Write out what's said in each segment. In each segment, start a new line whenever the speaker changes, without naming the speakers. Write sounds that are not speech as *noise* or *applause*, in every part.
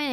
迎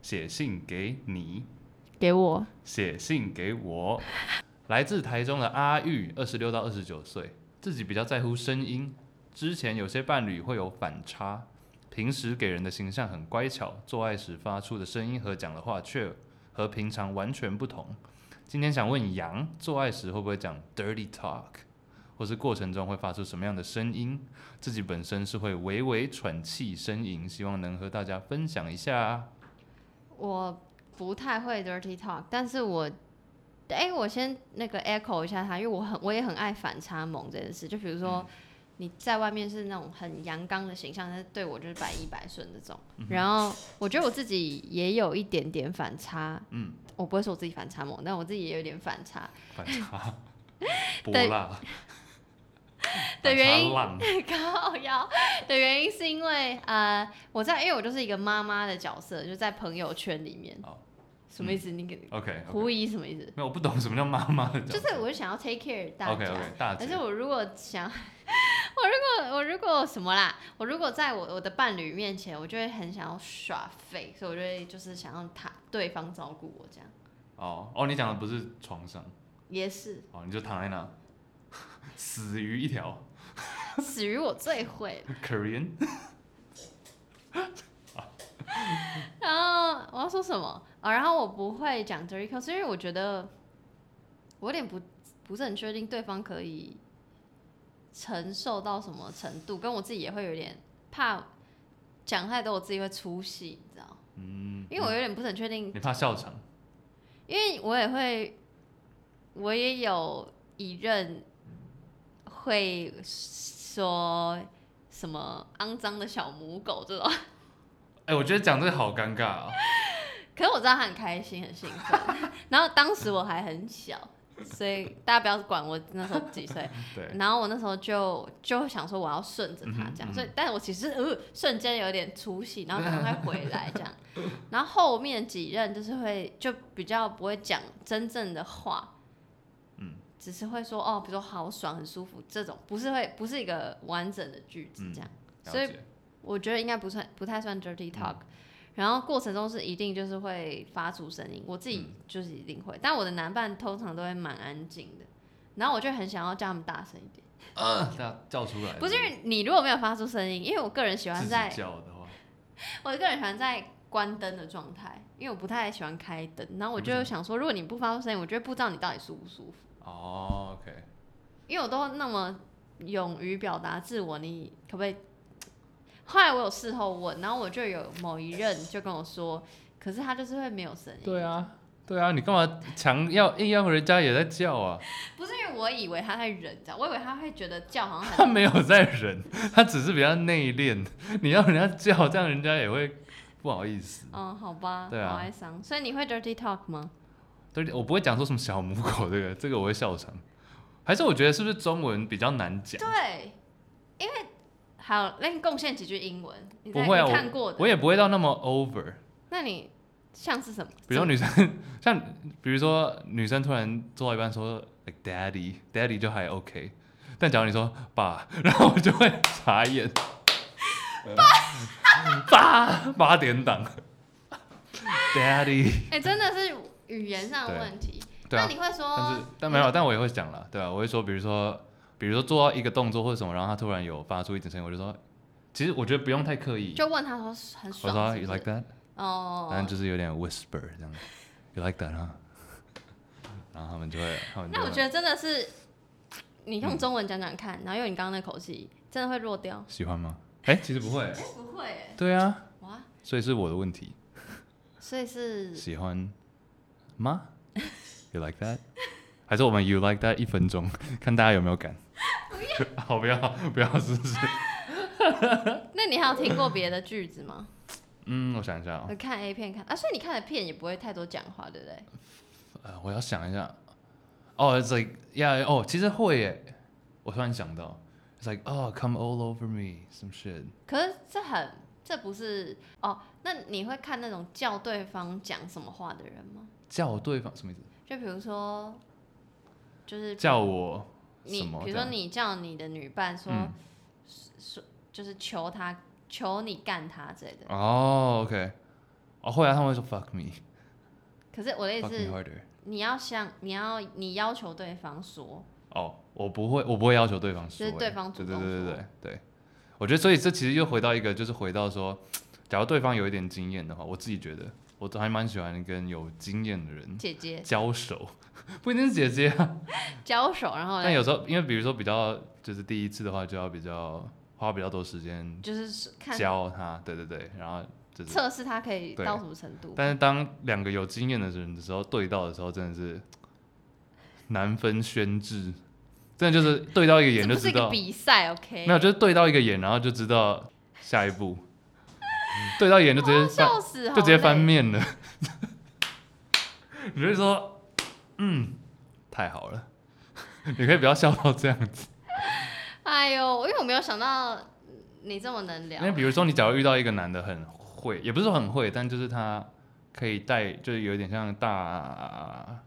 写信给你，
给我，
写信给我。来自台中的阿玉，二十六到二十九岁，自己比较在乎声音。之前有些伴侣会有反差，平时给人的形象很乖巧，做爱时发出的声音和讲的话却和平常完全不同。今天想问杨，做爱时会不会讲 dirty talk，或是过程中会发出什么样的声音？自己本身是会微微喘气呻吟，希望能和大家分享一下。啊
我不太会 dirty talk，但是我，哎、我先那个 echo 一下他，因为我很我也很爱反差萌这件事。就比如
嗯
说、你在外面是那种很阳刚的形象，但是对我
*laughs*
就是百依百顺这种。
嗯
然后我觉得我自己也有一点点反差，
嗯，
我不会说我自己反差萌，但我自己也有点反差。 *laughs*
反差波
对 *laughs*
浪
的原因
反差浪
高腰的原因是因为呃，我在因为我就是一个妈妈的角色，就在朋友圈里面。
哦哎
什么意思？你给
OK，,
*laughs* 狐疑什么意思？
没有，我不懂什么叫妈妈的角
就
色。
是我就想要 take care 大家。
OK OK，大
可
姐
是我如果想， *laughs* 我如果我如果什么啦，我如果在我我的伴侣面前，我就会很想要耍废，所以我就会就是想要他对方照顾我这样。
哦哦，你讲的不是床上
也是
哦，你就躺在那，死鱼一条
死于我最会。 *laughs*
Korean，
然后我要说什么？哦，然后我不会讲 dirty talk，是因为我觉得我有点不不是很确定对方可以承受到什么程度，跟我自己也会有点怕讲太多，我自己会出戏，你知道？
嗯，
因为我有点不是很确定
你怕笑场，
因为我也会，我也有一任会说什么肮脏的小母狗这种，
哎、我觉得讲这个好尴尬啊、
可是我知道他很开心，很兴奋。 *laughs* 然后当时我还很小，所以大家不要管我那时候几
*laughs*
岁。
对，
然后我那时候就就想说我要顺着他
嗯哼
这样，
嗯
所以但我其实呃瞬间有点出
*laughs*
戏，然后赶快回来这样。然后后面几任就是会就比较不会讲真正的话，
嗯，
只是会说哦，比如说好爽、很舒服这种，不是会不是一个完整的句子这样。
嗯了
所以
解。 *coughs*
我觉得应该不算不太算 dirty talk。然
嗯
后过程中是一定就是会发出声音，我自己就是一定会，但我的男伴通常都会蛮安静的，然后我就很想要叫他们大声一点。
呃，大家叫出来，
不是因为你如果没有发出声音，因为我个人喜
自
欢
己
在，
叫的话，
我个人喜欢在关灯的状态，因为我不太喜欢开灯。然后我就想说，如果你不发出声音，我就会不知道你到底舒不舒服，
哦，OK，
因为我都那么勇于表达自我，你可不可以？后来我有事后问，然后我就有某一任就跟我说，可是他就是会没有声音。
对，啊，对啊，你干嘛强要硬要人家也在叫啊？
不是因为我以为他在忍，你知道，我以为他会觉得叫好像
他
很 *laughs*
没有在忍，他只是比较内敛。你要人家叫，这样人家也会不好意思。
嗯，好吧，
对啊
好哀伤。所以你会 dirty talk 吗？
对，我不会讲说什么小母狗这个，这个我会笑场。还是我觉得是不是中文比较难讲？
对，因为好，那你贡献几句英文，你在
不会啊
你看过的，
我也不会到那么 over。
那你像是什么？
比如说女生，像比如说女生突然做到一半说 like daddy daddy 就还 OK，但假如你说爸，然后我就会傻眼。爸，爸八点档，daddy。
哎、真的是语言上的问题。
对啊
那，你会
但
说
是但没有，但我也会讲啦，对啊吧、我会说，比如说，比如说做到一个动作或者什么，然后他突然有发出一点声音，我就说，其实我觉得不用太刻意，
就问他说很
我说
爽是
you
不
like
是？
that，
哦，
然后就是有点 whisper 这样，you like that 啊，然后他们就会，他们就
那我
会
觉得真的是你用中文讲讲看，然后用你刚刚那口气，真的会弱掉。
喜欢吗？哎、其实不会，
哎、不会、哎，
对啊，
哇，
所以是我的问题，
所以是
喜欢吗 *laughs* ？you like that？还是我们 you like that 一分钟，看大家有没有 *laughs* 感？好，不要不要，是不是？
那你还有听过别的句子吗？
嗯，我想一下哦，
我看 A 片看啊，所以你看的片也不会太多讲话，对不对？
呃，我要想一下。哦、i t s like yeah，哦，其实会耶。我突然想到，It's like oh come all over me some shit。
可是这很，这不是哦。那你会看那种叫对方讲什么话的人吗？
叫对方什么意思？
就比如说，就是
叫我什
你
么？
比如
这
说
样
你叫你的女伴说，
嗯
说就是求她求你干她之类的。
哦，OK、o k 哦，后来他们会说 fuck me，fuck
可是我的意思
me
是，
harder。
你要想，你要你要求对方说，
哦，我不会，我不会要求对方说
就
耶，
是对方主
对对
动
对对
说
对对，我觉得所以这其实又回到一个，就是回到说，假如对方有一点经验的话，我自己觉得我都还蛮喜欢跟有经验的人
姐姐
交手， *laughs* 不一定是姐姐啊，
交手，然后
但
嘞
有时候因为比如说比较就是第一次的话，就要比较花比较多时间
就是看
教他，对对对，然后就是，
测试她可以
对
到什么程度。
但是当两个有经验的人的时候对到的时候，真的是难分轩轾，真的就是对到一个眼
这不
就
是
知
一个
道。
比赛，OK？
没有，就是对到一个眼，然后就知道下一步，对到眼就直接翻，
哦笑死，
就直接翻
好累。
面了。 *laughs* 你就说，嗯，太好了， *laughs* 你可以不要笑到这样子。
哎呦，因为我没有想到你这么能
因
聊
为，比如说，你假如遇到一个男的很会，也不是说很会，但就是他可以带，就是有点像大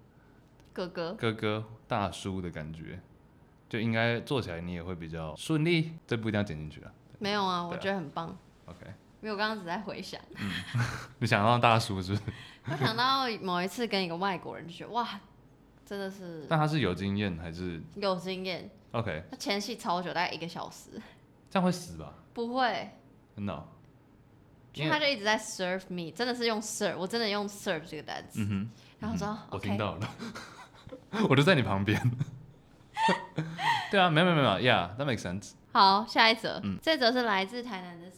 哥哥。
哥哥、大叔的感觉，就应该做起来你也会比较顺利。这不一定要剪进去啊。
没有啊，我
对啊
觉得很棒，
OK，
因为我刚刚只在回
*laughs*
想，
你想让大叔是
*laughs*
不是？
我想到某一次跟一个外国人，就觉得哇，真的是
但他是有经验还是
有经验。
OK？
他前戏超久，大概一个小时，
这样会死吧？
不会，
真的哦、
就
因为
他就一直在 serve me，真的是用 serve，我真的用 serve 这个单词。
嗯
然后我说、
哼，我
OK，
听到了， *laughs* 我就在你旁边。对啊，没有没有没有，Yeah，that makes sense。
好，下一则，
嗯
这则是来自台南的